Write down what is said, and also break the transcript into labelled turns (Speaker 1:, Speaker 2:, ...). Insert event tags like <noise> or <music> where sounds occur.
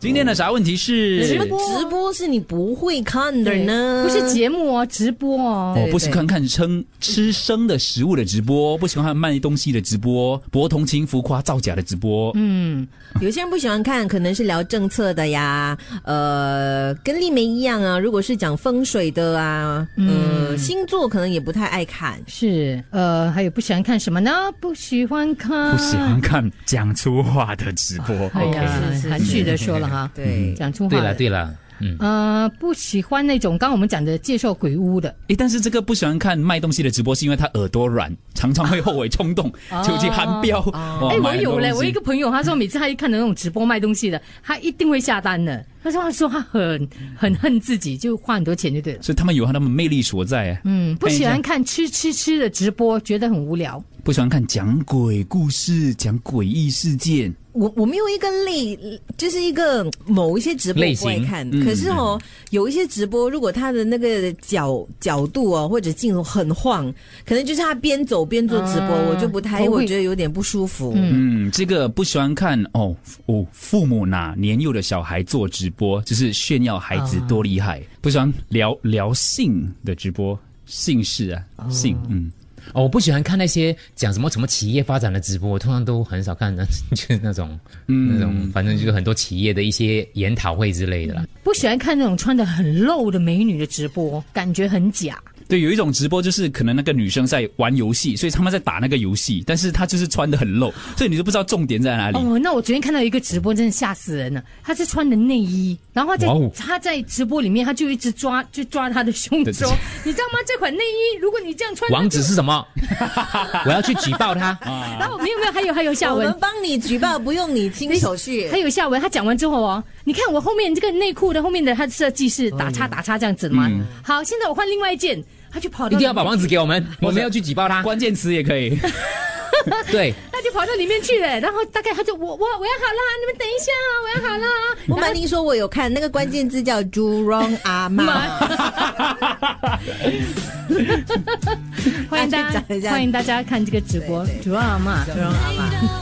Speaker 1: 今天的啥问题是
Speaker 2: 直？播
Speaker 3: 直播是你不会看的呢，
Speaker 2: 不是节目哦，直播哦。
Speaker 1: 我不喜欢看生吃生的食物的直播，不喜欢看卖东西的直播，博同情浮夸造假的直播。
Speaker 2: 嗯，
Speaker 3: 有些人不喜欢看，可能是聊政策的呀，呃，跟丽梅一样啊。如果是讲风水的啊，嗯、星座可能也不太爱看。
Speaker 2: 是呃，还有不喜欢看什么呢？不喜欢看，
Speaker 1: 不喜欢看讲粗话的直播。
Speaker 2: <laughs> 哎呀
Speaker 1: OK
Speaker 3: 是是是
Speaker 2: 含蓄的说了哈，
Speaker 3: 对，
Speaker 2: 讲粗话。
Speaker 4: 对了对了，嗯，
Speaker 2: 呃，不喜欢那种刚刚我们讲的介绍鬼屋的，
Speaker 1: 诶，但是这个不喜欢看卖东西的直播，是因为他耳朵软，常常会后悔冲
Speaker 2: <laughs>
Speaker 1: 动，就去喊标。哇哦买
Speaker 2: 哎、啊
Speaker 1: 很
Speaker 2: 我
Speaker 1: 多
Speaker 2: 有嘞，
Speaker 1: 东
Speaker 2: 我
Speaker 1: 西
Speaker 2: 一个朋友，他说每次他一看到那种直播卖东西的，他一定会下单的。他说他说他很很恨自己，就花很多钱就对了。
Speaker 1: 所以他们有他们魅力所在。啊
Speaker 2: 嗯，不喜
Speaker 1: 看
Speaker 2: 欢
Speaker 1: 一
Speaker 2: 看吃吃吃的直播，觉得很无聊。
Speaker 1: 不喜欢看讲鬼故事、讲诡异事件。
Speaker 3: 我我没有一个类，就是一个某一些直播
Speaker 4: 类
Speaker 3: 不爱
Speaker 4: 型
Speaker 3: 看，
Speaker 1: 嗯
Speaker 3: 可是哦，有一些直播，如果他的那个角角度哦或者镜头很晃，可能就是他边走边做直播，
Speaker 2: 啊
Speaker 3: 我就不太，
Speaker 2: 头会
Speaker 3: 我觉得有点不舒服。
Speaker 1: 嗯，这个不喜欢看哦哦，父母拿年幼的小孩做直播，就是炫耀孩子多厉害。不喜欢聊聊性的直播，性事啊，性嗯。
Speaker 4: 哦，我不喜欢看那些讲什么什么企业发展的直播，我通常都很少看的， <laughs> 就是那种、那种，反正就是很多企业的一些研讨会之类的啦。
Speaker 2: 不喜欢看那种穿的很露的美女的直播，感觉很假。
Speaker 1: 对，有一种直播就是可能那个女生在玩游戏，所以他们在打那个游戏，但是她就是穿的很露，所以你就不知道重点在哪里。
Speaker 4: 嗯
Speaker 2: 哦，那我昨天看到一个直播，真的吓死人了。她是穿的内衣，然后她在、
Speaker 4: 哇哦
Speaker 2: 她在直播里面，她就一直抓，就抓她的胸
Speaker 1: 对
Speaker 2: 说：“你知道吗？这款内衣，如果你这样穿，
Speaker 4: 网址是什 <laughs> 么？我要去举报他。
Speaker 2: 然后没有没有，还有还有下
Speaker 3: 我
Speaker 2: 文
Speaker 3: 们，帮你举报，不用你亲手去
Speaker 2: 还。有下文，他讲完之后哦，你看我后面这个内裤的后面的它设计是打叉打叉这样子的嘛。好，现在我换另外一件，他就跑
Speaker 4: 嗯一
Speaker 2: 到
Speaker 4: 定要把网址给我们，我们要去举报他。
Speaker 1: 关键词也可以。
Speaker 4: 对，
Speaker 2: 他就跑到里面去了，然后大概他就我我我要好啦，你们等一下啊，我要好啦啊。
Speaker 3: 我马林说，我有看那个关键字叫“ ah, 猪茸阿妈
Speaker 2: 欢迎大
Speaker 3: 啊去
Speaker 2: 家
Speaker 3: 找一下
Speaker 2: 欢迎大家看这个直播，主要嘛。
Speaker 3: ah, 猪茸阿妈”。